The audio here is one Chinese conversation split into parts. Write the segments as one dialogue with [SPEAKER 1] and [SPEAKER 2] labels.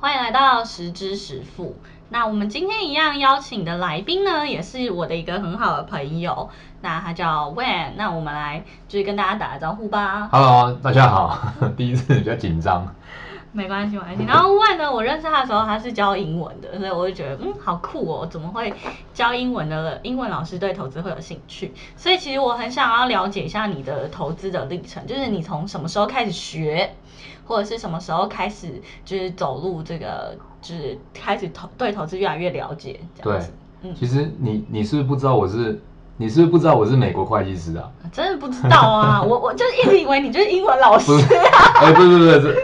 [SPEAKER 1] 欢迎来到十之十富。那我们今天一样邀请的来宾呢，也是我的一个很好的朋友，那他叫 Wen。那我们来就是跟大家打个招呼吧。
[SPEAKER 2] Hello，大家好， 第一次比较紧张。
[SPEAKER 1] 没关系，没关系。然后 Wen 呢，我认识他的时候他是教英文的，所以我就觉得嗯，好酷哦，怎么会教英文的英文老师对投资会有兴趣？所以其实我很想要了解一下你的投资的历程，就是你从什么时候开始学，或者是什么时候开始就是走入这个，就是开始投对投资越来越了解这样
[SPEAKER 2] 对
[SPEAKER 1] 子。，嗯
[SPEAKER 2] 其实你你是不是不知道我是，你是不是不知道我是美国会计师啊？
[SPEAKER 1] 真的不知道啊，我我就一直以为你就是英文老师
[SPEAKER 2] 不是，哎、不是不是不是，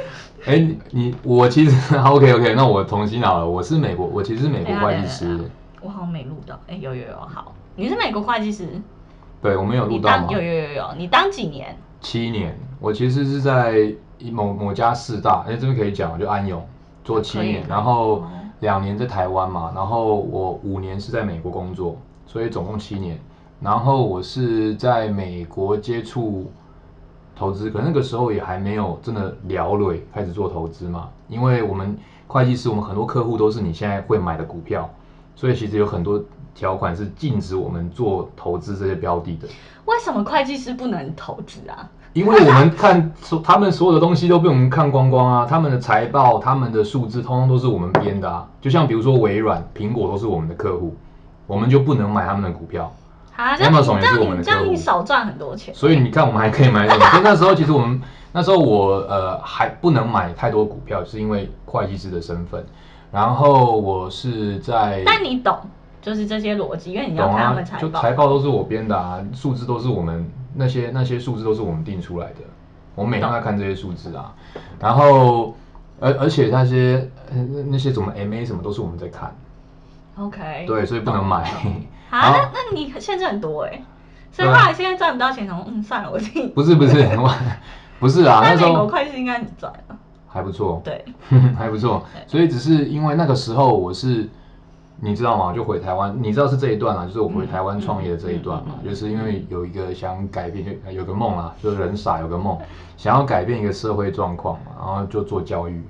[SPEAKER 2] 哎、你你我其实 OK OK，那我重新好了，我是美国，我其实是美国
[SPEAKER 1] 啊
[SPEAKER 2] 会计
[SPEAKER 1] 等一
[SPEAKER 2] 师
[SPEAKER 1] 下等一下，我好像没录到，哎、有有有，好，你是美国会计师，
[SPEAKER 2] 对我没有录
[SPEAKER 1] 你
[SPEAKER 2] 到
[SPEAKER 1] 当
[SPEAKER 2] 吗
[SPEAKER 1] 有？有有有，你当几年？
[SPEAKER 2] 七年，我其实是在一某某家四大，哎、这边可以讲，我就安永做七
[SPEAKER 1] 可以
[SPEAKER 2] 年，
[SPEAKER 1] 可以
[SPEAKER 2] 然后
[SPEAKER 1] 哦
[SPEAKER 2] 两年在台湾嘛，然后我五年是在美国工作，所以总共七年。然后我是在美国接触投资，可那个时候也还没有真的了蕊开始做投资嘛，因为我们会计师，我们很多客户都是你现在会买的股票，所以其实有很多条款是禁止我们做投资这些标的的。
[SPEAKER 1] 为什么会计师不能投资啊？
[SPEAKER 2] 因为我们看所他们所有的东西都被我们看光光啊， 他们的财报、他们的数字，通通都是我们编的啊。就像比如说微软、苹果都是我们的客户，我们就不能买他们的股票。
[SPEAKER 1] 啊，这样你这
[SPEAKER 2] Amazon 也是我
[SPEAKER 1] 样
[SPEAKER 2] 们
[SPEAKER 1] 你
[SPEAKER 2] 的
[SPEAKER 1] 这样
[SPEAKER 2] 客户
[SPEAKER 1] 你少赚很多钱。
[SPEAKER 2] 所以你看，我们还可以买什么？所以那时候其实我们那时候我呃还不能买太多股票，是因为会计师的身份。然后我是在
[SPEAKER 1] 但你懂，就是这些逻辑，因为你要
[SPEAKER 2] 懂
[SPEAKER 1] 看他
[SPEAKER 2] 啊
[SPEAKER 1] 们财，
[SPEAKER 2] 就
[SPEAKER 1] 报。
[SPEAKER 2] 财报都是我编的啊，数字都是我们那些那些数字都是我们定出来的，我每天
[SPEAKER 1] 懂
[SPEAKER 2] 在看这些数字啊，然后而而且那些呃那那些什么 MA 什么都是我们在看，
[SPEAKER 1] OK。
[SPEAKER 2] 对，所以不能买。
[SPEAKER 1] 啊，那
[SPEAKER 2] 好
[SPEAKER 1] 那你现在很多哎、所以
[SPEAKER 2] 对
[SPEAKER 1] 后
[SPEAKER 2] 啊
[SPEAKER 1] 来现在赚不到钱，然后嗯算了，我自己。
[SPEAKER 2] 不是不是， 我不是啊，那
[SPEAKER 1] 但
[SPEAKER 2] 时
[SPEAKER 1] 美国
[SPEAKER 2] 候
[SPEAKER 1] 会计师应该你赚啊，
[SPEAKER 2] 还不错，
[SPEAKER 1] 对，
[SPEAKER 2] 还不错，所以只是因为那个时候我是，你知道吗？就回台湾，你知道是这一段啊，就是我回台湾创业的这一段嘛，
[SPEAKER 1] 嗯嗯嗯嗯嗯
[SPEAKER 2] 就是因为有一个想改变，就有个梦啊，就是人傻有个梦，想要改变一个社会状况嘛，然后就做教育。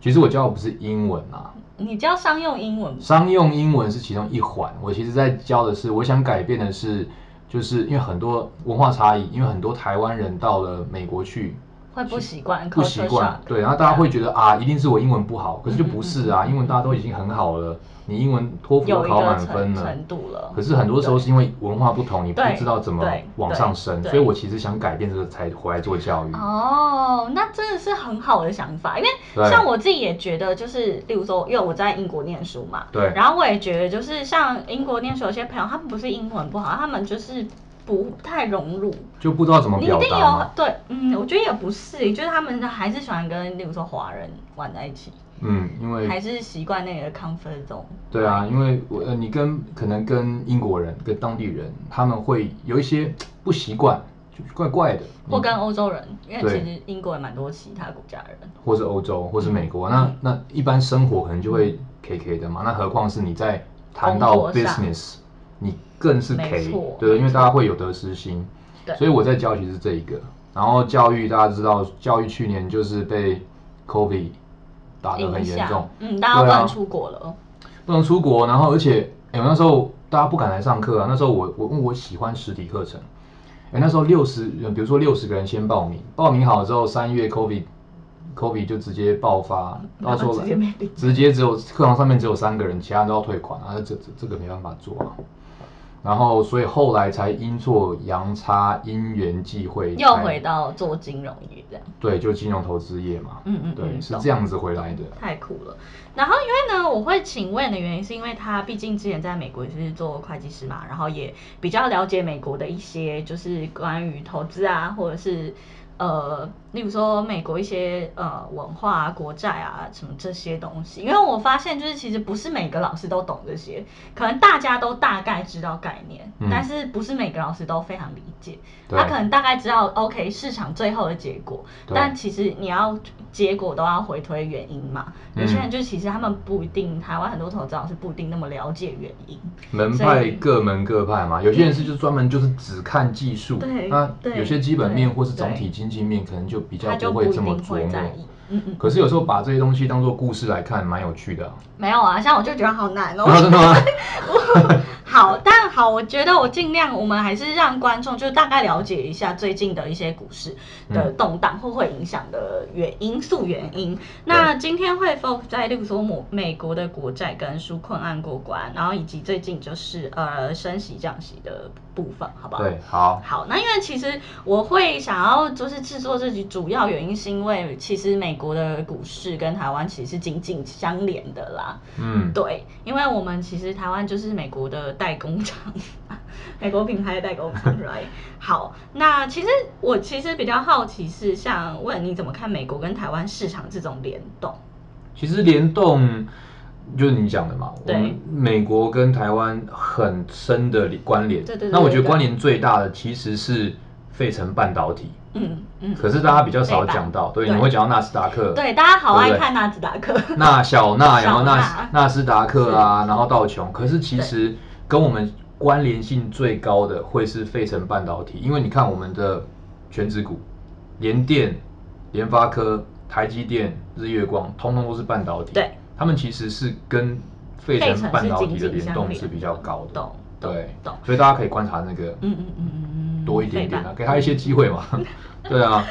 [SPEAKER 2] 其实我教的不是英文啊，
[SPEAKER 1] 你教商用英文
[SPEAKER 2] 商用英文是其中一环。我其实在教的是，我想改变的是，就是因为很多文化差异，因为很多台湾人到了美国去，
[SPEAKER 1] 会不习惯，
[SPEAKER 2] 不习惯，对，然后大家会觉得啊，一定是我英文不好，可是
[SPEAKER 1] 嗯
[SPEAKER 2] 就不是啊，英文大家都已经很好了，你英文托福都
[SPEAKER 1] 有一
[SPEAKER 2] 考
[SPEAKER 1] 个
[SPEAKER 2] 满
[SPEAKER 1] 程
[SPEAKER 2] 分了，
[SPEAKER 1] 程度了。
[SPEAKER 2] 可是很多时候是因为文化不同，你不
[SPEAKER 1] 对
[SPEAKER 2] 知道怎么
[SPEAKER 1] 对
[SPEAKER 2] 往上升，
[SPEAKER 1] 对
[SPEAKER 2] 所以我其实想改变这个才回来做教育，
[SPEAKER 1] 哦，那真的是很好的想法，因为
[SPEAKER 2] 对
[SPEAKER 1] 像我自己也觉得，就是例如说，因为我在英国念书嘛，
[SPEAKER 2] 对
[SPEAKER 1] 然后我也觉得，就是像英国念书有些朋友，他们不是英文不好，他们就是不太融入。
[SPEAKER 2] 就不知道怎么
[SPEAKER 1] 你一
[SPEAKER 2] 表
[SPEAKER 1] 定
[SPEAKER 2] 达
[SPEAKER 1] 有
[SPEAKER 2] 嘛，
[SPEAKER 1] 对，嗯，我觉得也不是，就是他们还是喜欢跟例如说华人玩在一起，
[SPEAKER 2] 嗯，因为
[SPEAKER 1] 还是习惯那个 comfort zone。
[SPEAKER 2] 对啊，因为我呃，你跟可能跟英国人、跟当地人，他们会有一些不习惯，就是怪怪的，
[SPEAKER 1] 或跟欧洲人，因为
[SPEAKER 2] 对
[SPEAKER 1] 其实英国也蛮多其他国家人。
[SPEAKER 2] 或是欧洲，或是美国，
[SPEAKER 1] 嗯
[SPEAKER 2] 那那一般生活可能就会 K K 的嘛，那何况是你在谈
[SPEAKER 1] 工
[SPEAKER 2] 到
[SPEAKER 1] 作上
[SPEAKER 2] business，你更是
[SPEAKER 1] 没
[SPEAKER 2] K，
[SPEAKER 1] 错
[SPEAKER 2] 对，因为大家会有得失心
[SPEAKER 1] 对，
[SPEAKER 2] 所以我在教其实这一个，然后教育大家知道，教育去年就是被 COVID 打得
[SPEAKER 1] 影
[SPEAKER 2] 很严
[SPEAKER 1] 响
[SPEAKER 2] 重，，
[SPEAKER 1] 嗯，大家不
[SPEAKER 2] 对啊
[SPEAKER 1] 能出国了，
[SPEAKER 2] 不能出国，然后而且，哎、我那时候大家不敢来上课啊。那时候我我问我喜欢实体课程，哎、那时候六十，呃比如说六十个人先报名，报名好之后，三月 COVID COVID 就直接爆发，到时候
[SPEAKER 1] 直接没领。
[SPEAKER 2] 直接只有课堂上面只有三个人，其他人都要退款啊，这这这个没办法做啊。然后所以后来才阴错阳差，因缘际会，
[SPEAKER 1] 又
[SPEAKER 2] 才
[SPEAKER 1] 回到做金融业这样。
[SPEAKER 2] 对，就金融投资业嘛，
[SPEAKER 1] 嗯嗯，
[SPEAKER 2] 对，
[SPEAKER 1] 嗯
[SPEAKER 2] 是
[SPEAKER 1] 懂
[SPEAKER 2] 这样子回来的。
[SPEAKER 1] 太酷了。然后因为呢，我会请问的原因是因为他毕竟之前在美国也是做会计师嘛，然后也比较了解美国的一些就是关于投资啊，或者是呃，例如说美国一些呃文化啊、国债啊什么这些东西。因为我发现就是其实不是每个老师都懂这些，可能大家都大概知道概念，
[SPEAKER 2] 嗯
[SPEAKER 1] 但是不是每个老师都非常理解。
[SPEAKER 2] 对
[SPEAKER 1] 他可能大概知道 OK 市场最后的结果，
[SPEAKER 2] 对
[SPEAKER 1] 但其实你要结果都要回推原因嘛。
[SPEAKER 2] 嗯
[SPEAKER 1] 有些人就其实他们不一定，台湾很多投资老师不一定那么了解原因。
[SPEAKER 2] 门
[SPEAKER 1] 所
[SPEAKER 2] 派
[SPEAKER 1] 以
[SPEAKER 2] 各门各派嘛，有些人是就专门就是只看技术
[SPEAKER 1] 对，
[SPEAKER 2] 那
[SPEAKER 1] 对
[SPEAKER 2] 有些基本面
[SPEAKER 1] 对
[SPEAKER 2] 或是总体经济面可能就比较
[SPEAKER 1] 他就
[SPEAKER 2] 会
[SPEAKER 1] 不一
[SPEAKER 2] 这么
[SPEAKER 1] 定
[SPEAKER 2] 琢
[SPEAKER 1] 会
[SPEAKER 2] 磨
[SPEAKER 1] 在。意。嗯嗯，
[SPEAKER 2] 可是有时候把这些东西当做故事来看，蛮有趣的啊、
[SPEAKER 1] 没有啊，像我就觉得好难 哦。
[SPEAKER 2] 啊真 的吗？
[SPEAKER 1] 好，但好，我觉得我尽量，我们还是让观众就大概了解一下最近的一些股市的
[SPEAKER 2] 嗯
[SPEAKER 1] 动荡或会影响的原因素原因。那今天会 focus 在例如说美美国的国债跟纾困案过关，然后以及最近就是呃升息降息的部分，好不好？
[SPEAKER 2] 对，好，
[SPEAKER 1] 好，那因为其实我会想要就是制作这集，主要原因是因为其实美国的股市跟台湾其实是紧紧相连的啦。
[SPEAKER 2] 嗯，
[SPEAKER 1] 对，因为我们其实台湾就是美国的代工厂，美国品牌的代工厂 ，right？好，那其实我其实比较好奇是，像问你怎么看美国跟台湾市场这种联动？
[SPEAKER 2] 其实联动就是你讲的嘛，我
[SPEAKER 1] 对
[SPEAKER 2] 们美国跟台湾很深的关联。
[SPEAKER 1] 对对对
[SPEAKER 2] 那我觉
[SPEAKER 1] 对
[SPEAKER 2] 得关联最大的其实是费城半导体，
[SPEAKER 1] 嗯嗯，
[SPEAKER 2] 可是大家比较少
[SPEAKER 1] 对吧
[SPEAKER 2] 讲到，对，
[SPEAKER 1] 对
[SPEAKER 2] 你会讲到纳斯达克，
[SPEAKER 1] 对，大家好
[SPEAKER 2] 对
[SPEAKER 1] 爱
[SPEAKER 2] 不对
[SPEAKER 1] 看纳斯达克，
[SPEAKER 2] 纳小纳，然后
[SPEAKER 1] 小纳
[SPEAKER 2] 纳纳斯达克啊，然后道琼。可是其实跟我们关联性最高的会是费城半导体，因为你看我们的全指股，联电、联发科、台积电、日月光，通通都是半导体。
[SPEAKER 1] 对，
[SPEAKER 2] 他们其实是跟费
[SPEAKER 1] 费
[SPEAKER 2] 城
[SPEAKER 1] 城
[SPEAKER 2] 半
[SPEAKER 1] 是
[SPEAKER 2] 导体
[SPEAKER 1] 紧
[SPEAKER 2] 的
[SPEAKER 1] 紧
[SPEAKER 2] 联
[SPEAKER 1] 相
[SPEAKER 2] 动
[SPEAKER 1] 连
[SPEAKER 2] 是比较高的。
[SPEAKER 1] 懂懂
[SPEAKER 2] 对
[SPEAKER 1] 懂，
[SPEAKER 2] 所以大家可以观察那个
[SPEAKER 1] 嗯嗯嗯嗯嗯，
[SPEAKER 2] 多一点
[SPEAKER 1] 对
[SPEAKER 2] 点
[SPEAKER 1] 吧
[SPEAKER 2] 啊，给他一些机会嘛。 对 啊，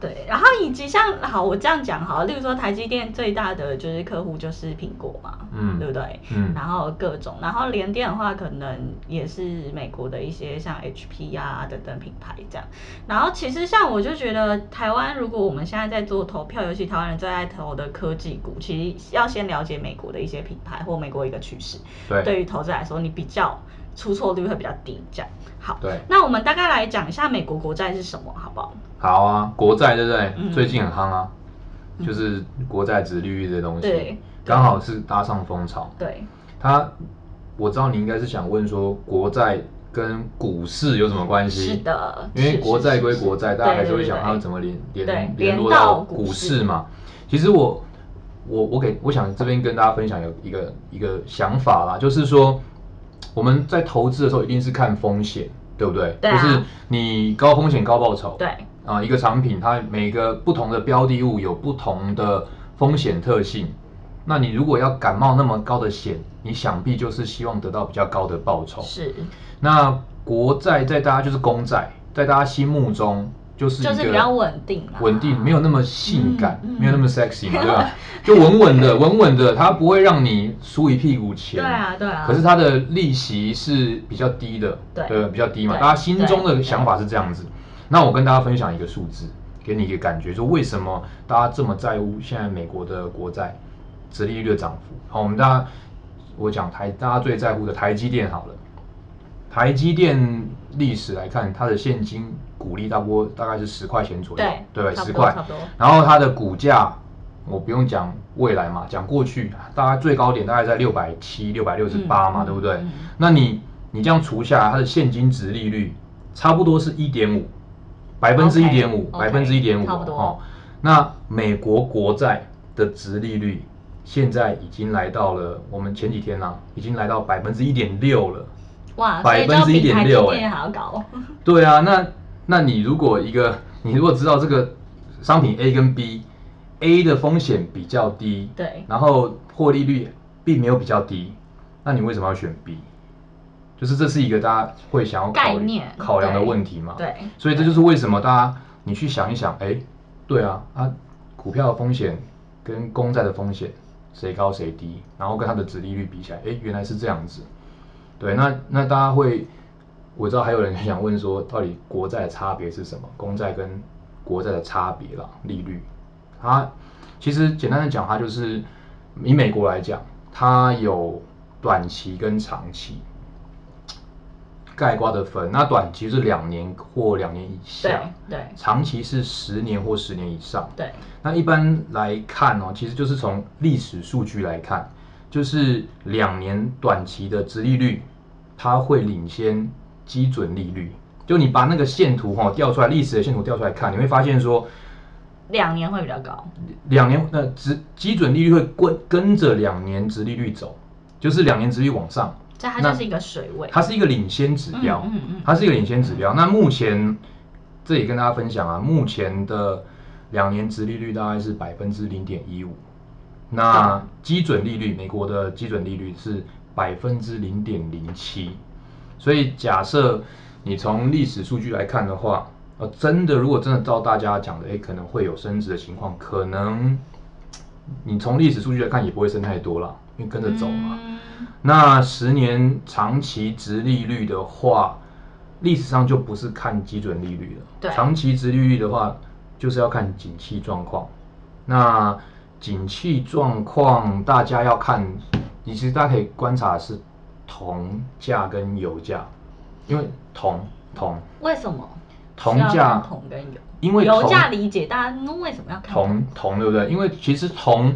[SPEAKER 1] 对，然后以及像好，我这样讲好了，例如说台积电最大的就是客户就是苹果嘛，
[SPEAKER 2] 嗯
[SPEAKER 1] 对不对？
[SPEAKER 2] 嗯
[SPEAKER 1] 然后各种，然后联电的话，可能也是美国的一些像 HP 啊等等品牌这样。然后其实像我就觉得台湾，如果我们现在在做投票，尤其台湾人最爱投的科技股，其实要先了解美国的一些品牌或美国一个趋势，
[SPEAKER 2] 对
[SPEAKER 1] 对于投资来说，你比较出错率会比较低。这样好，
[SPEAKER 2] 对，
[SPEAKER 1] 那我们大概来讲一下美国国债是什么，好不好？
[SPEAKER 2] 好啊，国债对不对？
[SPEAKER 1] 嗯
[SPEAKER 2] 最近很夯啊，
[SPEAKER 1] 嗯
[SPEAKER 2] 就是国债值利率这东
[SPEAKER 1] 对
[SPEAKER 2] 西，刚好是搭上风潮。
[SPEAKER 1] 对，
[SPEAKER 2] 它，我知道你应该是想问说国债跟股市有什么关系？
[SPEAKER 1] 是的，
[SPEAKER 2] 因为国债归
[SPEAKER 1] 是是是
[SPEAKER 2] 国债，大家还是会
[SPEAKER 1] 对
[SPEAKER 2] 想
[SPEAKER 1] 对对
[SPEAKER 2] 它要怎么联
[SPEAKER 1] 对
[SPEAKER 2] 联联络
[SPEAKER 1] 联到
[SPEAKER 2] 到
[SPEAKER 1] 股
[SPEAKER 2] 股
[SPEAKER 1] 市
[SPEAKER 2] 市嘛。其实我我我给我想这边跟大家分享有一个一个想法啦，就是说我们在投资的时候一定是看风险，对不对？
[SPEAKER 1] 对啊
[SPEAKER 2] 就是你高风险高报酬。
[SPEAKER 1] 对
[SPEAKER 2] 啊，一个产品它每个不同的标的物有不同的风险特性。那你如果要感冒那么高的险，你想必就是希望得到比较高的报酬。
[SPEAKER 1] 是，
[SPEAKER 2] 那国债在大家就是公债，在大家心目中就是
[SPEAKER 1] 就
[SPEAKER 2] 一
[SPEAKER 1] 是比较
[SPEAKER 2] 个
[SPEAKER 1] 稳定啊啦，
[SPEAKER 2] 稳定，没有那么性感，
[SPEAKER 1] 嗯嗯
[SPEAKER 2] 没有那么 sexy，嘛对吧？就稳稳的，稳稳的，它不会让你输一屁股钱。
[SPEAKER 1] 对啊对啊，
[SPEAKER 2] 可是它的利息是比较低的，
[SPEAKER 1] 对
[SPEAKER 2] 比较低嘛。
[SPEAKER 1] 对
[SPEAKER 2] 大家心中的想法是这样子。那我跟大家分享一个数字，给你一个感觉，说为什么大家这么在乎现在美国的国债殖利率的涨幅？好，我们大家我讲台，大家最在乎的台积电好了。台积电历史来看，它的现金股利大波大概是十块钱左右
[SPEAKER 1] 对，
[SPEAKER 2] 对不对，
[SPEAKER 1] 差不
[SPEAKER 2] 十
[SPEAKER 1] 多
[SPEAKER 2] 块
[SPEAKER 1] 差不多。
[SPEAKER 2] 然后它的股价，我不用讲未来嘛，讲过去，大概最高点大概在六百七、六百六十八嘛，
[SPEAKER 1] 嗯
[SPEAKER 2] 对不对？
[SPEAKER 1] 嗯
[SPEAKER 2] 那你你这样除下来，它的现金值利率差不多是一点五，百分之一点五，
[SPEAKER 1] OK，OK，
[SPEAKER 2] 百分之一点五，
[SPEAKER 1] 差不多
[SPEAKER 2] 哦。那美国国债的值利率现在已经来到了，我们前几天啦、已经来到百分之一点六了。
[SPEAKER 1] 哇，所以就比台积电
[SPEAKER 2] 哎
[SPEAKER 1] 还要高，
[SPEAKER 2] 对啊，那那你如果一个，你如果知道这个商品 A 跟 B，A 的风险比较低，
[SPEAKER 1] 对，
[SPEAKER 2] 然后获利率并没有比较低，那你为什么要选 B？就是这是一个大家会想要考虑
[SPEAKER 1] 概念
[SPEAKER 2] 考量的
[SPEAKER 1] 对
[SPEAKER 2] 问题嘛？
[SPEAKER 1] 对，
[SPEAKER 2] 所以这就是为什么大家你去想一想，哎、对啊，啊，股票的风险跟公债的风险谁高谁低，然后跟它的殖利率比起来，哎、原来是这样子。对，那那大家会，我知道还有人想问说，到底国债的差别是什么？公债跟国债的差别啦，利率。它其实简单的讲，它就是以美国来讲，它有短期跟长期。盖瓜的分，那短期是两年或两年以
[SPEAKER 1] 对
[SPEAKER 2] 下，
[SPEAKER 1] 对
[SPEAKER 2] 长期是十年或十年以上。
[SPEAKER 1] 对，
[SPEAKER 2] 那一般来看哦，其实就是从历史数据来看，就是两年短期的殖利率，它会领先基准利率。就你把那个线图哈、哦、调出来，历史的线图调出来看，你会发现说，
[SPEAKER 1] 两年会比较高，
[SPEAKER 2] 两年呃殖基准利率会跟跟着两年殖利率走，就是两年殖利率往上，
[SPEAKER 1] 这它就是一个水位，
[SPEAKER 2] 它是一个领先指标。
[SPEAKER 1] 嗯嗯嗯，
[SPEAKER 2] 它是一个领先指标。那目前这也跟大家分享啊，目前的两年殖利率大概是百分之零点一五，那基准利率，美国的基准利率是百分之零点零七，所以假设你从历史数据来看的话，呃，真的如果真的照大家讲的，诶，可能会有升值的情况，可能你从历史数据来看也不会升太多啦，因为跟着走嘛。
[SPEAKER 1] 嗯
[SPEAKER 2] 那十年长期值利率的话，历史上就不是看基准利率了。
[SPEAKER 1] 对
[SPEAKER 2] 长期值利率的话，就是要看景气状况。那景气状况大家要看，你其实大家可以观察的是铜价跟油价，因为铜铜
[SPEAKER 1] 为什么？
[SPEAKER 2] 铜
[SPEAKER 1] 是要
[SPEAKER 2] 价
[SPEAKER 1] 看铜跟油，
[SPEAKER 2] 因为
[SPEAKER 1] 油
[SPEAKER 2] 铜
[SPEAKER 1] 价理解，大家那为什么要看
[SPEAKER 2] 铜铜对不对？因为其实铜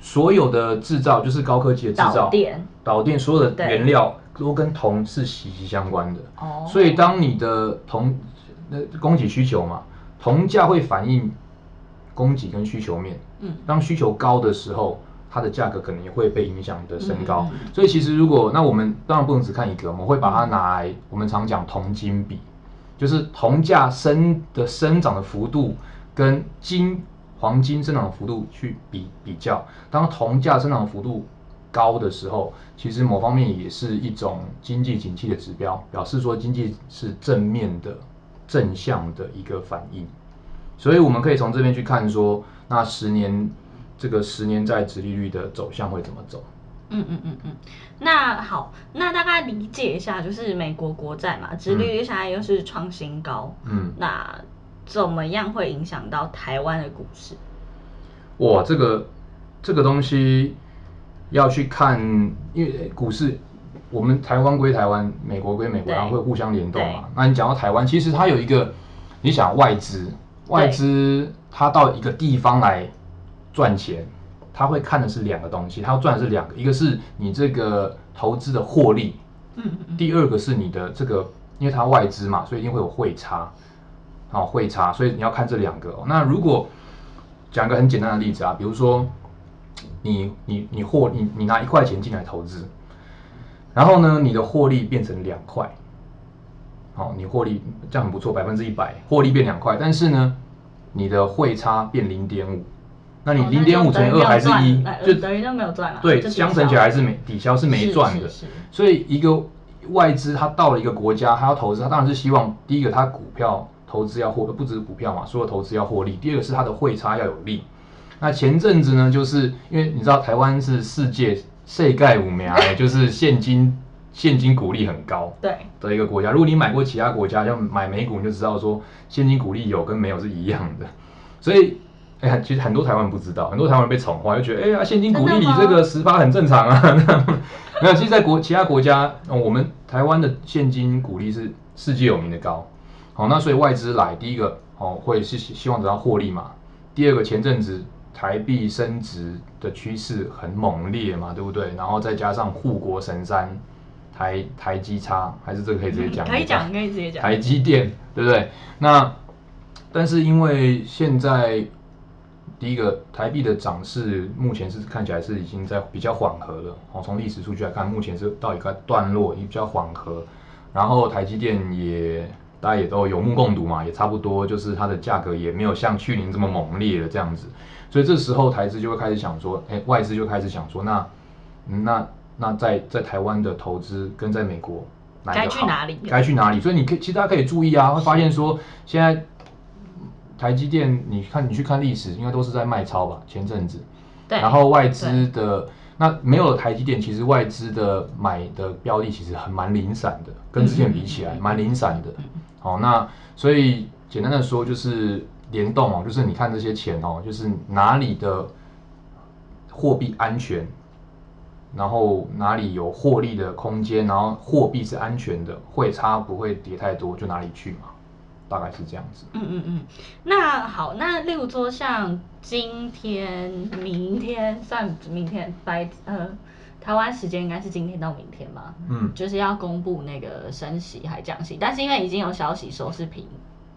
[SPEAKER 2] 所有的制造就是高科技的制
[SPEAKER 1] 导
[SPEAKER 2] 造，
[SPEAKER 1] 电？
[SPEAKER 2] 导电所有的
[SPEAKER 1] 对
[SPEAKER 2] 原料都跟铜是息息相关的，
[SPEAKER 1] 哦，
[SPEAKER 2] 所以当你的铜呃供给需求嘛，铜价会反映供给跟需求面。
[SPEAKER 1] 嗯
[SPEAKER 2] 当需求高的时候，它的价格可能也会被影响的升高。
[SPEAKER 1] 嗯嗯
[SPEAKER 2] 所以其实如果那我们当然不能只看一个，我们会把它拿来，我们常讲铜金比，就是铜价升的生长的幅度跟金黄金生长的幅度去比比较。当铜价生长幅度高的时候，其实某方面也是一种经济景气的指标，表示说经济是正面的、正向的一个反应。所以我们可以从这边去看说，那十年这个十年债殖利率的走向会怎么走？
[SPEAKER 1] 嗯嗯嗯嗯，那好，那大概理解一下，就是美国国债嘛，殖利率现在又是创新高，
[SPEAKER 2] 嗯，
[SPEAKER 1] 那怎么样会影响到台湾的股市？
[SPEAKER 2] 哇，这个这个东西要去看，因为股市，我们台湾归台湾，美国归美国，
[SPEAKER 1] 对
[SPEAKER 2] 然后会互相联动嘛。那你讲到台湾，其实它有一个，你想外资，外资它到一个地方来赚钱，它会看的是两个东西，它要赚的是两个，一个是你这个投资的获利，
[SPEAKER 1] 嗯嗯
[SPEAKER 2] 第二个是你的这个，因为它外资嘛，所以一定会有汇差，好、汇差，所以你要看这两个哦、那如果讲个很简单的例子啊，比如说你你你获你你拿一块钱进来投资，然后呢，你的获利变成两块，好、你获利这样很不错，百分之一百，获利变两块，但是呢，你的汇差变零点五，那你
[SPEAKER 1] 哦
[SPEAKER 2] 零点五
[SPEAKER 1] 就
[SPEAKER 2] 乘以
[SPEAKER 1] 等于
[SPEAKER 2] 二
[SPEAKER 1] 没
[SPEAKER 2] 还
[SPEAKER 1] 有
[SPEAKER 2] 是
[SPEAKER 1] 赚
[SPEAKER 2] 一
[SPEAKER 1] 呃，
[SPEAKER 2] 就
[SPEAKER 1] 等于就没有赚嘛
[SPEAKER 2] 对，
[SPEAKER 1] 就抵
[SPEAKER 2] 相乘起
[SPEAKER 1] 消
[SPEAKER 2] 来还是没抵消是没赚的。
[SPEAKER 1] 是是是
[SPEAKER 2] 所以一个外资他到了一个国家，他要投资，他当然是希望第一个他股票投资要获，不只是股票嘛，所有投资要获利；第二个是他的汇差要有利。那前阵子呢，就是因为你知道台湾是世界世界五名，啊就是现金现金股利很高
[SPEAKER 1] 对，
[SPEAKER 2] 的一个国家。如果你买过其他国家，像买美股，你就知道说现金股利有跟没有是一样的。所以，哎呀，其实很多台湾人不知道，很多台湾人被宠坏，就觉得哎呀，现金股利
[SPEAKER 1] 真的
[SPEAKER 2] 你
[SPEAKER 1] 吗
[SPEAKER 2] 这个十八很正常啊。 没有，其实，在国其他国家、哦我们台湾的现金股利是世界有名的高。好、那所以外资来，第一个哦会是希希望得到获利嘛，第二个前阵子台币升值的趋势很猛烈嘛，对不对？然后再加上护国神山台台积差，还是这个可以直接讲、
[SPEAKER 1] 嗯可以讲，可以直接讲，
[SPEAKER 2] 台积电，对不对？那但是因为现在第一个台币的涨势目前是看起来是已经在比较缓和了，哦，从历史数据来看，目前是到一个段落，也比较缓和。然后台积电也大家也都有目共睹嘛，也差不多，就是它的价格也没有像去年这么猛烈了这样子。所以这时候台资就会开始想说，哎，外资就开始想说，那嗯那那在在台湾的投资跟在美国哪一个
[SPEAKER 1] 该去
[SPEAKER 2] 好
[SPEAKER 1] 哪里
[SPEAKER 2] 该去哪里？所以你可以其实大家可以注意啊，会发现说现在台积电，你看你去看历史，应该都是在卖超吧，前阵子。
[SPEAKER 1] 对，
[SPEAKER 2] 然后外资的那没有了台积电，其实外资的买的标的其实很蛮零散的，跟之前比起来
[SPEAKER 1] 嗯嗯嗯嗯
[SPEAKER 2] 蛮零散的。好，那所以简单的说就是联动哦，就是你看这些钱哦，就是哪里的货币安全，然后哪里有获利的空间，然后货币是安全的，汇差不会跌太多，就哪里去嘛，大概是这样子。
[SPEAKER 1] 嗯嗯嗯，那好，那例如说像今天、明天，算明天白呃，台湾时间应该是今天到明天吧，
[SPEAKER 2] 嗯，
[SPEAKER 1] 就是要公布那个升息还降息，但是因为已经有消息说是平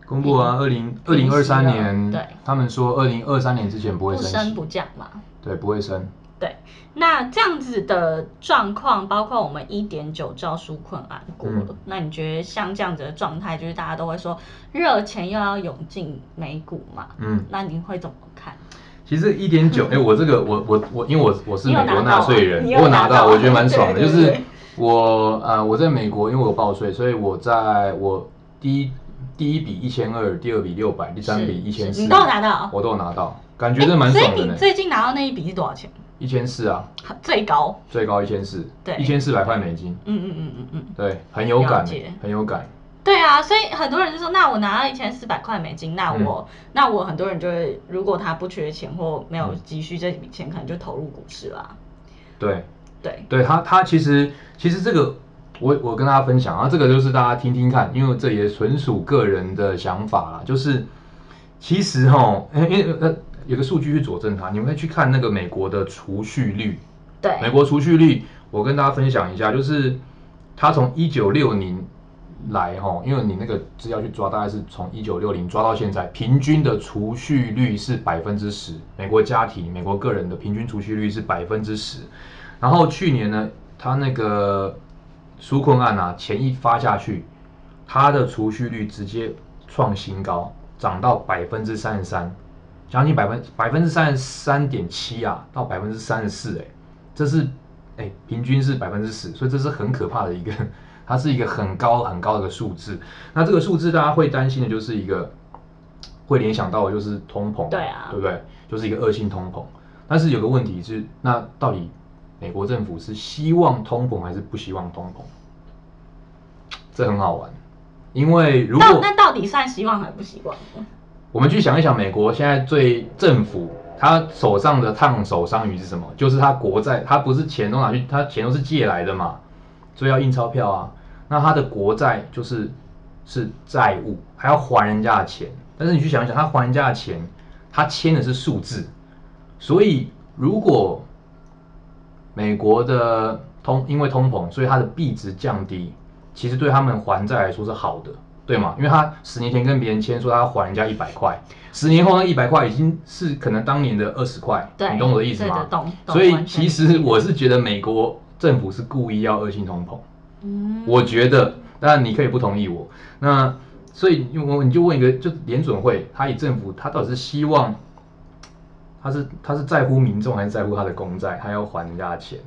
[SPEAKER 2] 公布啊，二零二零
[SPEAKER 1] 平
[SPEAKER 2] 二
[SPEAKER 1] 息了
[SPEAKER 2] 三年，
[SPEAKER 1] 对
[SPEAKER 2] 他们说二零二三年之前不会
[SPEAKER 1] 不
[SPEAKER 2] 升息，
[SPEAKER 1] 升不降嘛，
[SPEAKER 2] 对，不会升。
[SPEAKER 1] 对，那这样子的状况，包括我们一点九兆纾困案过了，
[SPEAKER 2] 嗯
[SPEAKER 1] 那你觉得像这样子的状态，就是大家都会说热钱又要涌进美股嘛？
[SPEAKER 2] 嗯，
[SPEAKER 1] 那你会怎么看？
[SPEAKER 2] 其实一 点九，哎，我这个我我我，因为我我是
[SPEAKER 1] 你有
[SPEAKER 2] 美
[SPEAKER 1] 拿
[SPEAKER 2] 国
[SPEAKER 1] 到
[SPEAKER 2] 纳
[SPEAKER 1] 啊
[SPEAKER 2] 税人，
[SPEAKER 1] 你有
[SPEAKER 2] 我有
[SPEAKER 1] 拿
[SPEAKER 2] 拿
[SPEAKER 1] 到啊
[SPEAKER 2] 到，我觉得蛮爽的。
[SPEAKER 1] 对
[SPEAKER 2] 就
[SPEAKER 1] 对
[SPEAKER 2] 是
[SPEAKER 1] 对
[SPEAKER 2] 我呃我在美国，因为我有报税，所以我在我第一第一笔一千二，第二笔六百，第三笔一
[SPEAKER 1] 是
[SPEAKER 2] 千
[SPEAKER 1] 是
[SPEAKER 2] 四，
[SPEAKER 1] 你都有拿到
[SPEAKER 2] 我都有拿到，感觉这蛮
[SPEAKER 1] 所以
[SPEAKER 2] 爽的
[SPEAKER 1] 你
[SPEAKER 2] 呢。
[SPEAKER 1] 最近拿到那一笔是多少钱？
[SPEAKER 2] 一千四啊，
[SPEAKER 1] 最高？
[SPEAKER 2] 最高一千四，
[SPEAKER 1] 对
[SPEAKER 2] 一千四百块美金，
[SPEAKER 1] 嗯嗯嗯嗯嗯。
[SPEAKER 2] 对，很有感
[SPEAKER 1] 了解，
[SPEAKER 2] 很有感。
[SPEAKER 1] 对啊，所以很多人就说，那我拿到一千四百块美金，那我、
[SPEAKER 2] 嗯
[SPEAKER 1] 那我很多人就会，如果他不缺钱或没有急需这笔钱，可能就投入股市啦。
[SPEAKER 2] 对，
[SPEAKER 1] 对，
[SPEAKER 2] 对他，他其实其实这个，我我跟大家分享啊，这个就是大家听听看，因为这也纯属个人的想法啦。就是其实哈，因为呃有个数据去佐证它，你们可以去看那个美国的储蓄率，美
[SPEAKER 1] 对，
[SPEAKER 2] 国储蓄率，我跟大家分享一下，就是它从一九六零来哈，因为你那个资料去抓，大概是从一九六零抓到现在，平均的储蓄率是百分之十，美国家庭、美国个人的平均储蓄率是百分之十。然后去年呢，它那个纾困案啊，前一发下去，它的储蓄率直接创新高，涨到百分之三十三，将近百分百分之三十三点七啊，到百分之三十四，哎，这是哎、平均是百分之十，所以这是很可怕的一个， 它是一个很高很高的数字。那这个数字大家会担心的就是一个会联想到的就是通膨，
[SPEAKER 1] 对啊
[SPEAKER 2] 对不对？就是一个恶性通膨。但是有个问题是，那到底美国政府是希望通膨还是不希望通膨？这很好玩，因为如
[SPEAKER 1] 到
[SPEAKER 2] 果
[SPEAKER 1] 那到底算希望还不希望？
[SPEAKER 2] 我们去想一想，美国现在最政府他手上的烫手山芋是什么？就是他国债，他不是钱都拿去，他钱都是借来的嘛，所以要印钞票啊。那他的国债就是是债务，还要还人家的钱。但是你去想一想，他还人家的钱，他签的是数字，所以如果美国的通因为通膨，所以它的币值降低，其实对他们还债来说是好的，对吗？因为他十年前跟别人签说他要还人家一百块，十年后那一百块已经是可能当年的二十块，
[SPEAKER 1] 对，
[SPEAKER 2] 你懂我的意思
[SPEAKER 1] 对
[SPEAKER 2] 吗
[SPEAKER 1] 对？懂。懂
[SPEAKER 2] 所以
[SPEAKER 1] 完全
[SPEAKER 2] 其实我是觉得美国政府是故意要恶性通膨。
[SPEAKER 1] 嗯
[SPEAKER 2] 我觉得，当然你可以不同意我。那所以你我你就问一个，就联准会，他以政府，他到底是希望，他是他是在乎民众，还是在乎他的公债，他要还人家的钱？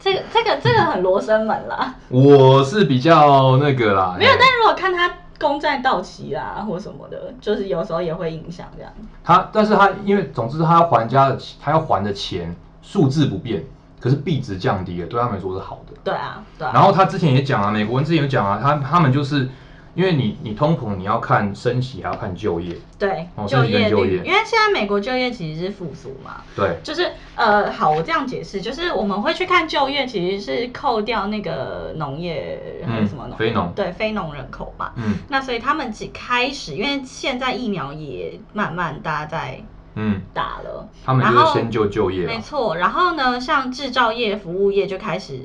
[SPEAKER 1] 这个这个这个很罗生门啦，
[SPEAKER 2] 我是比较那个啦，
[SPEAKER 1] 没有。
[SPEAKER 2] 嘿
[SPEAKER 1] 但如果看他公债到期啦或什么的，就是有时候也会影响这样。
[SPEAKER 2] 他，但是他因为总之他要还人家的，他要还的钱数字不变，可是币值降低了，对他们来说是好的。
[SPEAKER 1] 对啊，对啊，
[SPEAKER 2] 然后他之前也讲啊，美国人之前有讲啊，他他们就是因为你你通膨，你要看升息，还要看就业，
[SPEAKER 1] 对
[SPEAKER 2] 哦
[SPEAKER 1] 就
[SPEAKER 2] 所以你
[SPEAKER 1] 业
[SPEAKER 2] 跟就
[SPEAKER 1] 率，
[SPEAKER 2] 业
[SPEAKER 1] 因为现在美国就业其实是复苏嘛，
[SPEAKER 2] 对。
[SPEAKER 1] 就是呃，好，我这样解释，就是我们会去看就业，其实是扣掉那个农业还是什么农、
[SPEAKER 2] 嗯非农
[SPEAKER 1] 对非农人口嘛。
[SPEAKER 2] 嗯
[SPEAKER 1] 那所以他们只开始，因为现在疫苗也慢慢大家在
[SPEAKER 2] 嗯，
[SPEAKER 1] 打了，
[SPEAKER 2] 他们就是先就就业
[SPEAKER 1] 没
[SPEAKER 2] 啊，
[SPEAKER 1] 错。然后呢，像制造业、服务业就开始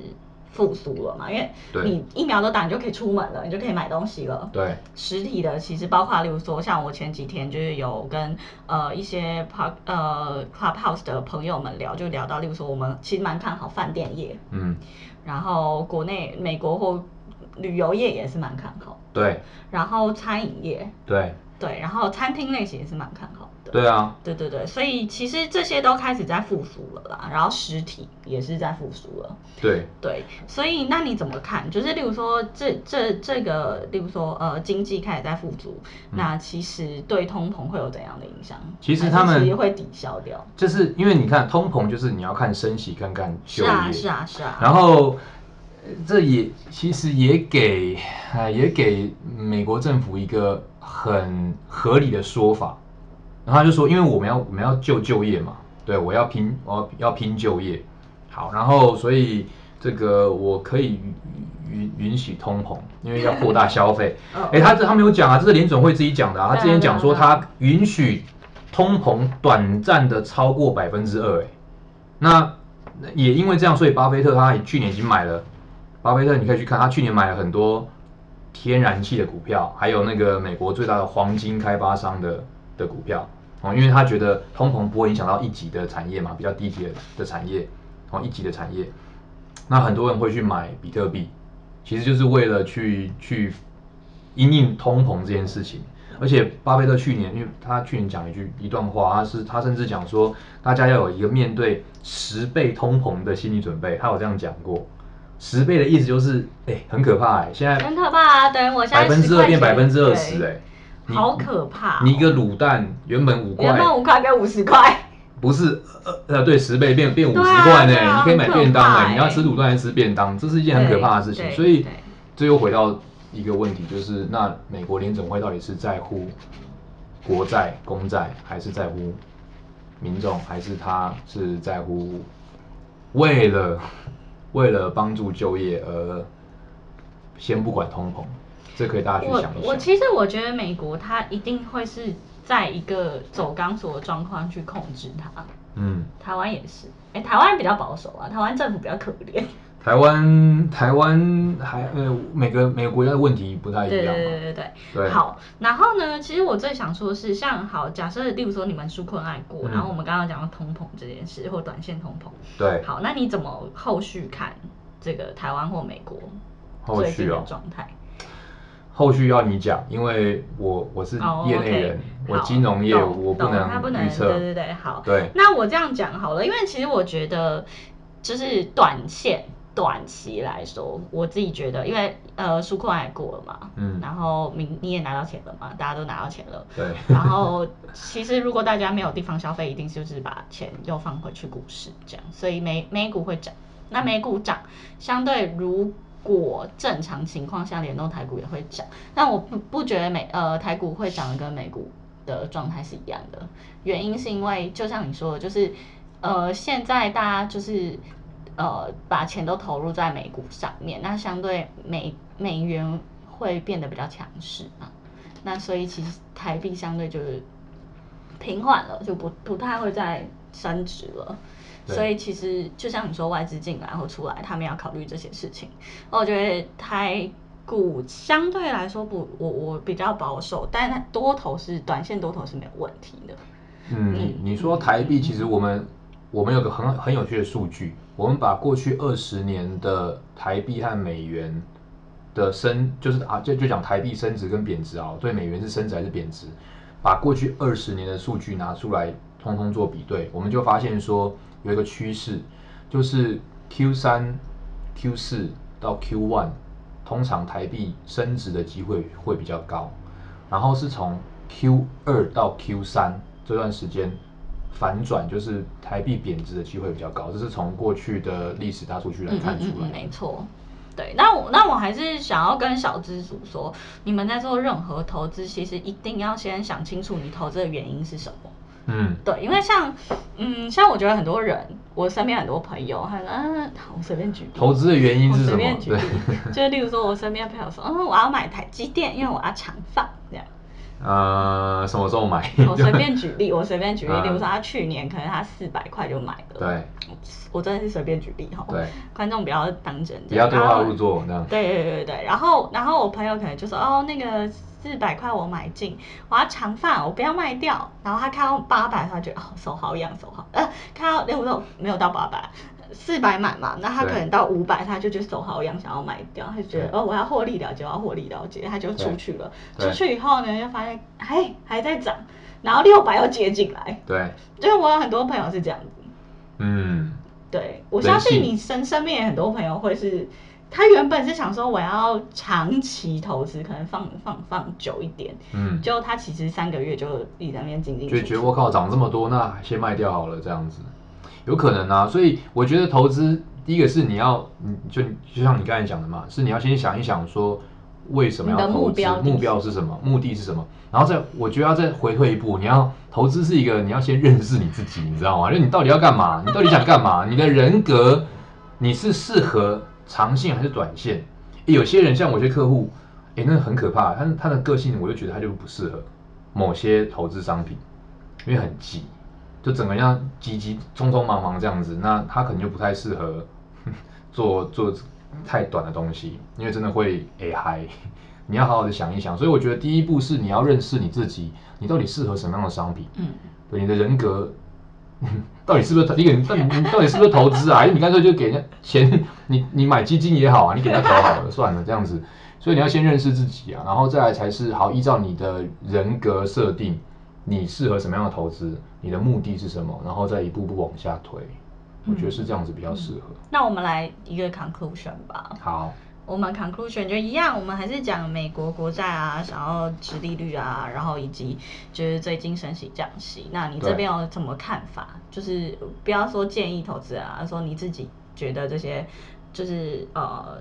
[SPEAKER 1] 复苏了嘛，因为
[SPEAKER 2] 对
[SPEAKER 1] 你疫苗都打，你就可以出门了，你就可以买东西了。
[SPEAKER 2] 对，
[SPEAKER 1] 实体的其实包括，例如说，像我前几天就是有跟呃一些 park 呃 clubhouse 的朋友们聊，就聊到，例如说，我们其实蛮看好饭店业，
[SPEAKER 2] 嗯，
[SPEAKER 1] 然后国内美国或旅游业也是蛮看好，
[SPEAKER 2] 对
[SPEAKER 1] 然后餐饮业
[SPEAKER 2] 对
[SPEAKER 1] 对，然后餐厅类型也是蛮看好的，
[SPEAKER 2] 对啊，
[SPEAKER 1] 对对对，所以其实这些都开始在复苏了啦，然后实体也是在复苏了。
[SPEAKER 2] 对，
[SPEAKER 1] 对，所以那你怎么看？就是例如说，这这这个，例如说，呃，经济开始在复苏，那其实对通膨会有怎样的影响？
[SPEAKER 2] 嗯其实
[SPEAKER 1] 还是
[SPEAKER 2] 他们
[SPEAKER 1] 其实会抵消掉。
[SPEAKER 2] 就是因为你看通膨，就是你要看升息，看看
[SPEAKER 1] 是
[SPEAKER 2] 就业，
[SPEAKER 1] 啊，是啊，是啊。
[SPEAKER 2] 然后呃这也其实也给哎也给美国政府一个很合理的说法，然后他就说，因为我们要我们要救就业嘛，对我要拼我要要拼就业，好，然后所以这个我可以允允允许通膨，因为要扩大消费。
[SPEAKER 1] 哦
[SPEAKER 2] 哎，他这他没有讲啊，这是联总会自己讲的啊，他之前讲说
[SPEAKER 1] 对啊
[SPEAKER 2] 他允许通膨短暂的超过百分之二，哎，那那也因为这样，所以巴菲特他也去年已经买了，巴菲特你可以去看，他去年买了很多天然气的股票，还有那个美国最大的黄金开发商的的股票，哦，因为他觉得通膨不会影响到一级的产业嘛，比较低级的的产业，哦，一级的产业，那很多人会去买比特币，其实就是为了去去因应通膨这件事情。而且巴菲特去年，因为他去年讲一句一段话，他是他甚至讲说，大家要有一个面对十倍通膨的心理准备，他有这样讲过。十倍的意思就是，哎、很可怕哎、现在
[SPEAKER 1] 很可怕啊！等于我现在
[SPEAKER 2] 百分之二变百分之二
[SPEAKER 1] 10%
[SPEAKER 2] 十哎，你
[SPEAKER 1] 好可怕哦、
[SPEAKER 2] 你一个卤蛋原本五块
[SPEAKER 1] 原，本五块变五十块，
[SPEAKER 2] 不是呃呃对十倍变变五十
[SPEAKER 1] 对啊
[SPEAKER 2] 块呢
[SPEAKER 1] 对，啊
[SPEAKER 2] 你可以买
[SPEAKER 1] 很可
[SPEAKER 2] 便当
[SPEAKER 1] 怕
[SPEAKER 2] 哎、
[SPEAKER 1] 欸
[SPEAKER 2] 你要吃卤蛋还是吃便当，这是一件很可怕的事情。
[SPEAKER 1] 对
[SPEAKER 2] 所以
[SPEAKER 1] 对
[SPEAKER 2] 这又回到一个问题，就是那美国联总会到底是在乎国债、公债，还是在乎民众，还是他是在乎为了为了帮助就业而先不管通膨？这可以大家去
[SPEAKER 1] 我
[SPEAKER 2] 想一
[SPEAKER 1] 我
[SPEAKER 2] 想。
[SPEAKER 1] 其实我觉得美国它一定会是在一个走钢索的状况去控制它，
[SPEAKER 2] 嗯。
[SPEAKER 1] 台湾也是，哎、台湾比较保守啊，台湾政府比较可怜，
[SPEAKER 2] 台湾台湾还呃每个每个国家的问题不太一
[SPEAKER 1] 对对
[SPEAKER 2] 样
[SPEAKER 1] 对
[SPEAKER 2] 嘛，
[SPEAKER 1] 对对。
[SPEAKER 2] 对，
[SPEAKER 1] 好，然后呢，其实我最想说的是，像好假设，例如说你们纾困爱国，
[SPEAKER 2] 嗯
[SPEAKER 1] 然后我们刚刚讲到通膨这件事或短线通膨，
[SPEAKER 2] 对
[SPEAKER 1] 好，那你怎么后续看这个台湾或美国
[SPEAKER 2] 后
[SPEAKER 1] 最近
[SPEAKER 2] 续
[SPEAKER 1] 的
[SPEAKER 2] 哦，
[SPEAKER 1] 状态？
[SPEAKER 2] 后续要你讲，因为我我是
[SPEAKER 1] 哦
[SPEAKER 2] 业内人
[SPEAKER 1] OK，
[SPEAKER 2] 我
[SPEAKER 1] 好
[SPEAKER 2] 金融业
[SPEAKER 1] 懂
[SPEAKER 2] 我
[SPEAKER 1] 懂他不
[SPEAKER 2] 能
[SPEAKER 1] 能
[SPEAKER 2] 预
[SPEAKER 1] 对
[SPEAKER 2] 测，
[SPEAKER 1] 对对，好。
[SPEAKER 2] 对，
[SPEAKER 1] 那我这样讲好了，因为其实我觉得，就是短线、短期来说，我自己觉得，因为呃，纾困也过了嘛，
[SPEAKER 2] 嗯，
[SPEAKER 1] 然后明你也拿到钱了嘛，大家都拿到钱了。
[SPEAKER 2] 对，
[SPEAKER 1] 然后，其实如果大家没有地方消费，一定就是把钱又放回去股市这样，所以美美股会涨。那美股涨，相对如果正常情况下联动台股也会涨，但我不不觉得美呃台股会涨得跟美股的状态是一样的，原因是因为就像你说的，就是呃现在大家就是呃把钱都投入在美股上面，那相对美美元会变得比较强势嘛，那所以其实台币相对就是平缓了，就不不太会再升值了。
[SPEAKER 2] 对
[SPEAKER 1] 所以其实就像你说，外资进来或出来，他们要考虑这些事情。我觉得台股相对来说不，我我比较保守，但它多头是短线多头是没有问题的。
[SPEAKER 2] 嗯，你你说台币，其实我们我们有个很很有趣的数据，我们把过去二十年的台币和美元的升，就是啊，就就讲台币升值跟贬值啊，对美元是升值还是贬值，把过去二十年的数据拿出来，通通做比对，我们就发现说有一个趋势，就是 Q 三、Q 四到 Q one，通常台币升值的机会会比较高。然后是从 Q 二到 Q 三这段时间反转，就是台币贬值的机会比较高，这是从过去的历史大数据来
[SPEAKER 1] 嗯
[SPEAKER 2] 看出来的。
[SPEAKER 1] 没错。对，那我那我还是想要跟小资主说，你们在做任何投资，其实一定要先想清楚你投资的原因是什么。
[SPEAKER 2] 嗯
[SPEAKER 1] 对，因为像嗯，像我觉得很多人，我身边很多朋友，他说嗯，好我随便举例，
[SPEAKER 2] 投资的原因
[SPEAKER 1] 我
[SPEAKER 2] 是
[SPEAKER 1] 随
[SPEAKER 2] 什
[SPEAKER 1] 便
[SPEAKER 2] 么？
[SPEAKER 1] 举
[SPEAKER 2] 对
[SPEAKER 1] 例，就是例如说，我身边的朋友说，嗯，我要买台积电，因为我要长放这 样。
[SPEAKER 2] 呃，什么时候买？
[SPEAKER 1] 我随便举例，我随便举例，
[SPEAKER 2] 啊
[SPEAKER 1] 例如说他去年可能他四百块就买了，
[SPEAKER 2] 对
[SPEAKER 1] 我真的是随便举例哈，
[SPEAKER 2] 对，
[SPEAKER 1] 观众不要当真，
[SPEAKER 2] 不要对
[SPEAKER 1] 然
[SPEAKER 2] 号
[SPEAKER 1] 后
[SPEAKER 2] 入座这样。
[SPEAKER 1] 对对对对对，然后然后我朋友可能就说哦，那个四百块我买进，我要长发，我不要卖掉。然后他看到八百，他觉得哦手好痒，手好呃，看到六六没有到八百，四百买嘛，那他可
[SPEAKER 2] 对
[SPEAKER 1] 能到五百，他就觉得手好痒，想要卖掉，他就觉得
[SPEAKER 2] 对
[SPEAKER 1] 哦我要获利了结，我要获利了结，他就出
[SPEAKER 2] 对
[SPEAKER 1] 去了。出
[SPEAKER 2] 对
[SPEAKER 1] 去以后呢，就发现哎还在涨，然后六百又接进来，
[SPEAKER 2] 对，
[SPEAKER 1] 就是我有很多朋友是这样子。
[SPEAKER 2] 嗯，
[SPEAKER 1] 对，我
[SPEAKER 2] 人
[SPEAKER 1] 相信
[SPEAKER 2] 性
[SPEAKER 1] 你身身边也很多朋友会是，他原本是想说我要长期投资，可能放放放久一点，
[SPEAKER 2] 嗯，
[SPEAKER 1] 结果他其实三个月就一直在那边进进
[SPEAKER 2] 就
[SPEAKER 1] 出
[SPEAKER 2] 觉得
[SPEAKER 1] 出。
[SPEAKER 2] 我靠涨这么多，那先卖掉好了这样子，有可能啊。所以我觉得投资第一个是你要，你就就像你刚才讲的嘛，是你要先想一想说为什么要
[SPEAKER 1] 你的目
[SPEAKER 2] 投资
[SPEAKER 1] 标，
[SPEAKER 2] 目标是什么，目的是什么，然后再我觉得要再回退一步，你要投资是一个你要先认识你自己，你知道吗？就你到底要干嘛，你到底想干嘛，你的人格你是适合长线还是短线？诶有些人像我有些客户，哎、那很可怕，他他的个性我就觉得他就不适合某些投资商品，因为很急，就整个人要急急匆匆忙忙这样子，那他可能就不太适 合做做太短的东西，因为真的会 A 嗨， 你要好好的想一想。所以我觉得第一步是你要认识你自己，你到底适合什么样的商品，
[SPEAKER 1] 嗯，
[SPEAKER 2] 对你的人格。 到底是不是投一个人？到底你到底是不是投资啊？还是你干脆就给人家钱， 你你买基金也好啊，你给他投好了， 算了这样子。所以你要先认识自己啊，然后再来才是好依照你的人格设定，你适合什么样的投资，你的目的是什么，然后再一步步往下推。我觉得是这样子比较适合。
[SPEAKER 1] 那我们来一个 conclusion 吧。
[SPEAKER 2] 好，
[SPEAKER 1] 我们 conclusion 就一样，我们还是讲美国国债啊，然后殖利率啊，然后以及就是最近升息降息。那你这
[SPEAKER 2] 对
[SPEAKER 1] 边有什么看法？就是不要说建议投资人啊，说你自己觉得这些就是呃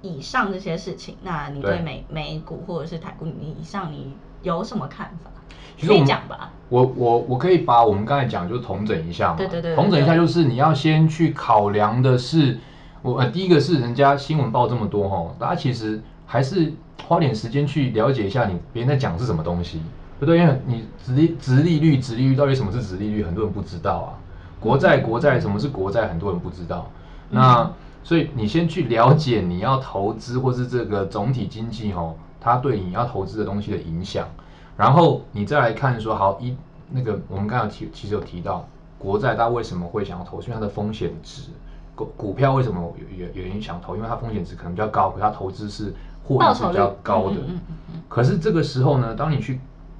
[SPEAKER 1] 以上这些事情，那你对
[SPEAKER 2] 对
[SPEAKER 1] 美美股或者是台股，你以上你有什么看法？
[SPEAKER 2] 其实
[SPEAKER 1] 可
[SPEAKER 2] 我
[SPEAKER 1] 以
[SPEAKER 2] 们
[SPEAKER 1] 讲吧。
[SPEAKER 2] 我我我可以把我们刚才讲就是统整一下嘛，
[SPEAKER 1] 对对对对
[SPEAKER 2] 统整一下就是你要先去考量的是，我呃第一个是人家新闻报这么多哈，大家其实还是花点时间去了解一下你别人在讲是什么东西，对不对？因为你直利直利率、直利率到底什么是直利率，很多人不知道啊。国债、国债什么是国债，很多人不知道。
[SPEAKER 1] 嗯
[SPEAKER 2] 那所以你先去了解你要投资或是这个总体经济哦，它对你要投资的东西的影响，然后你再来看说好一那个我们刚刚有提其实有提到国债它为什么会想要投，是因为它的风险值。股股票为什么有有有人想投？因为它风险值可能比较高，可它投资是获利
[SPEAKER 1] 报
[SPEAKER 2] 是
[SPEAKER 1] 酬
[SPEAKER 2] 比较
[SPEAKER 1] 率
[SPEAKER 2] 高的。
[SPEAKER 1] 嗯嗯嗯嗯
[SPEAKER 2] 可是这个时候呢，当你去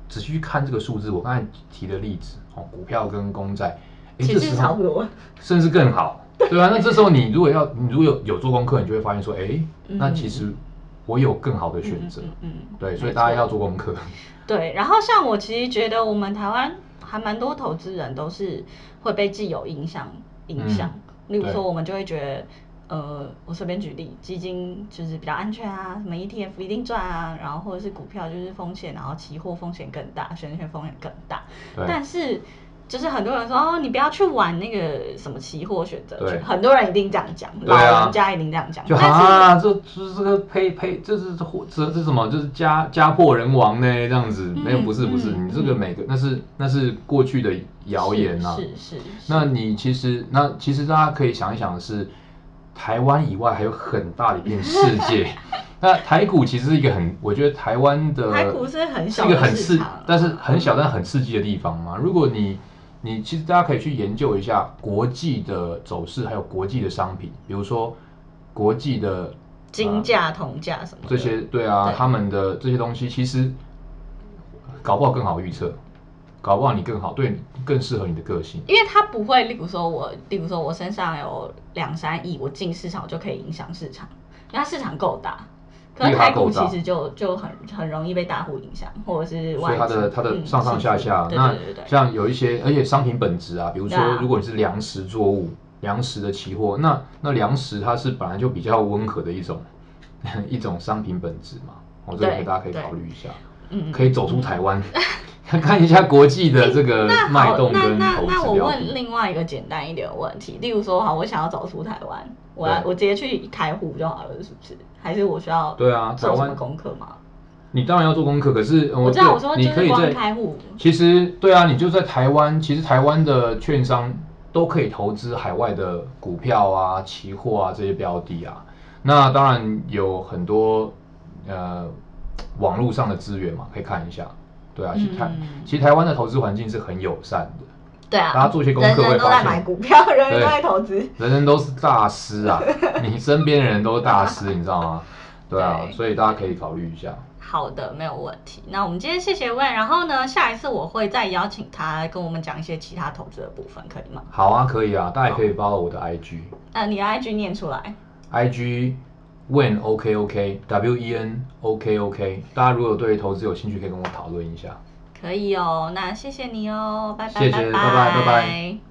[SPEAKER 2] 仔细去看这个数字，我刚才提的例子哦，股票跟公债，诶，
[SPEAKER 1] 其
[SPEAKER 2] 这
[SPEAKER 1] 实
[SPEAKER 2] 时
[SPEAKER 1] 差
[SPEAKER 2] 候
[SPEAKER 1] 不多。
[SPEAKER 2] 甚至更好，对吧、那这时候你如果要，你如果有有做功课，你就会发现说，诶，
[SPEAKER 1] 嗯
[SPEAKER 2] 那其实我有更好的选择。
[SPEAKER 1] 嗯嗯嗯嗯
[SPEAKER 2] 对，所
[SPEAKER 1] 没
[SPEAKER 2] 以大家
[SPEAKER 1] 错
[SPEAKER 2] 要做功课。
[SPEAKER 1] 对，然后像我其实觉得我们台湾还蛮多投资人都是会被既有影响影响，例如
[SPEAKER 2] 嗯对
[SPEAKER 1] 说我们就会觉得。呃，我随便举例，基金就是比较安全啊，什么 ETF 一定赚啊，然后或者是股票就是风险，然后期货风险更大，选选风险更大。
[SPEAKER 2] 对
[SPEAKER 1] 但是就是很多人说哦，你不要去玩那个什么期货选择
[SPEAKER 2] 对
[SPEAKER 1] 权，很多人一定这样讲，
[SPEAKER 2] 对啊
[SPEAKER 1] 老人家一定这样讲。
[SPEAKER 2] 就
[SPEAKER 1] 但是
[SPEAKER 2] 啊，这这这个赔赔，这是这这什么？就是家家破人亡呢？这样子
[SPEAKER 1] 嗯
[SPEAKER 2] 没有，不是不是，
[SPEAKER 1] 嗯
[SPEAKER 2] 你这个
[SPEAKER 1] 嗯
[SPEAKER 2] 每个那是那是过去的谣言呐、
[SPEAKER 1] 是是是，
[SPEAKER 2] 那你其实，那其实大家可以想一想的是，台湾以外还有很大的一片世 界。那台股其实是一个很，我觉得台湾的
[SPEAKER 1] 台股是很小
[SPEAKER 2] 是一个
[SPEAKER 1] 的
[SPEAKER 2] 很
[SPEAKER 1] 市
[SPEAKER 2] 刺
[SPEAKER 1] 场啊，
[SPEAKER 2] 但是很小但很刺激的地方嘛。如果你你其实大家可以去研究一下国际的走势，还有国际的商品，比如说国际的
[SPEAKER 1] 金价、铜价什么的
[SPEAKER 2] 这些，对啊，
[SPEAKER 1] 对
[SPEAKER 2] 他们的这些东西其实搞不好更好预测，搞不好你更好，对，更适合你的个性。
[SPEAKER 1] 因为它不会，例如说我，例如说我身上有两三亿，我进市场我就可以影响市场，因为它市场够大。可
[SPEAKER 2] 因
[SPEAKER 1] 是
[SPEAKER 2] 为它
[SPEAKER 1] 台股
[SPEAKER 2] 够大
[SPEAKER 1] 其实就就很很容易被大户影响，或者是
[SPEAKER 2] 所
[SPEAKER 1] 外
[SPEAKER 2] 以它的
[SPEAKER 1] 资
[SPEAKER 2] 它的
[SPEAKER 1] 嗯
[SPEAKER 2] 上上下
[SPEAKER 1] 是
[SPEAKER 2] 下，
[SPEAKER 1] 对
[SPEAKER 2] 那
[SPEAKER 1] 对对对对，
[SPEAKER 2] 像有一些，而且商品本质啊，比如说
[SPEAKER 1] 对啊
[SPEAKER 2] 如果你是粮食作物、粮食的期货，那那粮食它是本来就比较温和的一种 一种商品本质嘛，哦，这
[SPEAKER 1] 对
[SPEAKER 2] 个大家可以
[SPEAKER 1] 对
[SPEAKER 2] 考虑一下，
[SPEAKER 1] 嗯
[SPEAKER 2] 可以走出 台湾，看看一下国际的这个
[SPEAKER 1] 那
[SPEAKER 2] 脉
[SPEAKER 1] 好，
[SPEAKER 2] 动
[SPEAKER 1] 那
[SPEAKER 2] 跟
[SPEAKER 1] 那
[SPEAKER 2] 投
[SPEAKER 1] 那
[SPEAKER 2] 资
[SPEAKER 1] 我
[SPEAKER 2] 标
[SPEAKER 1] 问
[SPEAKER 2] 的。
[SPEAKER 1] 另外一个简单一点的问题，例如说，好，我想要走出台湾，我要
[SPEAKER 2] 对
[SPEAKER 1] 我直接去开户就好了，是不是？还是我需要
[SPEAKER 2] 对啊
[SPEAKER 1] 做
[SPEAKER 2] 台
[SPEAKER 1] 什
[SPEAKER 2] 湾
[SPEAKER 1] 么功课吗？
[SPEAKER 2] 你当然要做功课，可是呃
[SPEAKER 1] 我知道，
[SPEAKER 2] 对
[SPEAKER 1] 我说就
[SPEAKER 2] 你可
[SPEAKER 1] 是
[SPEAKER 2] 以
[SPEAKER 1] 光
[SPEAKER 2] 在
[SPEAKER 1] 开户，
[SPEAKER 2] 其实对啊，你就在台湾，其实台湾的券商都可以投资海外的股票啊、期货啊这些标的啊。那当然有很多呃网络上的资源嘛，可以看一下。对啊，其实台、
[SPEAKER 1] 嗯
[SPEAKER 2] 其实台湾的投资环境是很友善的，
[SPEAKER 1] 对啊，
[SPEAKER 2] 大家做一些功课
[SPEAKER 1] 人
[SPEAKER 2] 会
[SPEAKER 1] 人都
[SPEAKER 2] 发
[SPEAKER 1] 在
[SPEAKER 2] 现
[SPEAKER 1] 买股票，人人
[SPEAKER 2] 对
[SPEAKER 1] 都在投资。
[SPEAKER 2] 人人都是大 师啊，你身边的人都是大师，你知道吗？对啊，
[SPEAKER 1] 对
[SPEAKER 2] 所以大家可以考虑一下。
[SPEAKER 1] 好的，没有问题。那我们今天谢谢问，然后呢，下一次我会再邀请他跟我们讲一些其他投资的部分，可以吗？
[SPEAKER 2] 好啊，可以啊，大家也可以 follow 我的 IG。
[SPEAKER 1] 呃，你的 IG 念出来。
[SPEAKER 2] IG when OK OK W E N OK OK，大家如果对投资有兴趣，可以跟我讨论一下。
[SPEAKER 1] 可以哦，那谢谢你哦，拜拜，
[SPEAKER 2] 谢谢拜拜拜拜。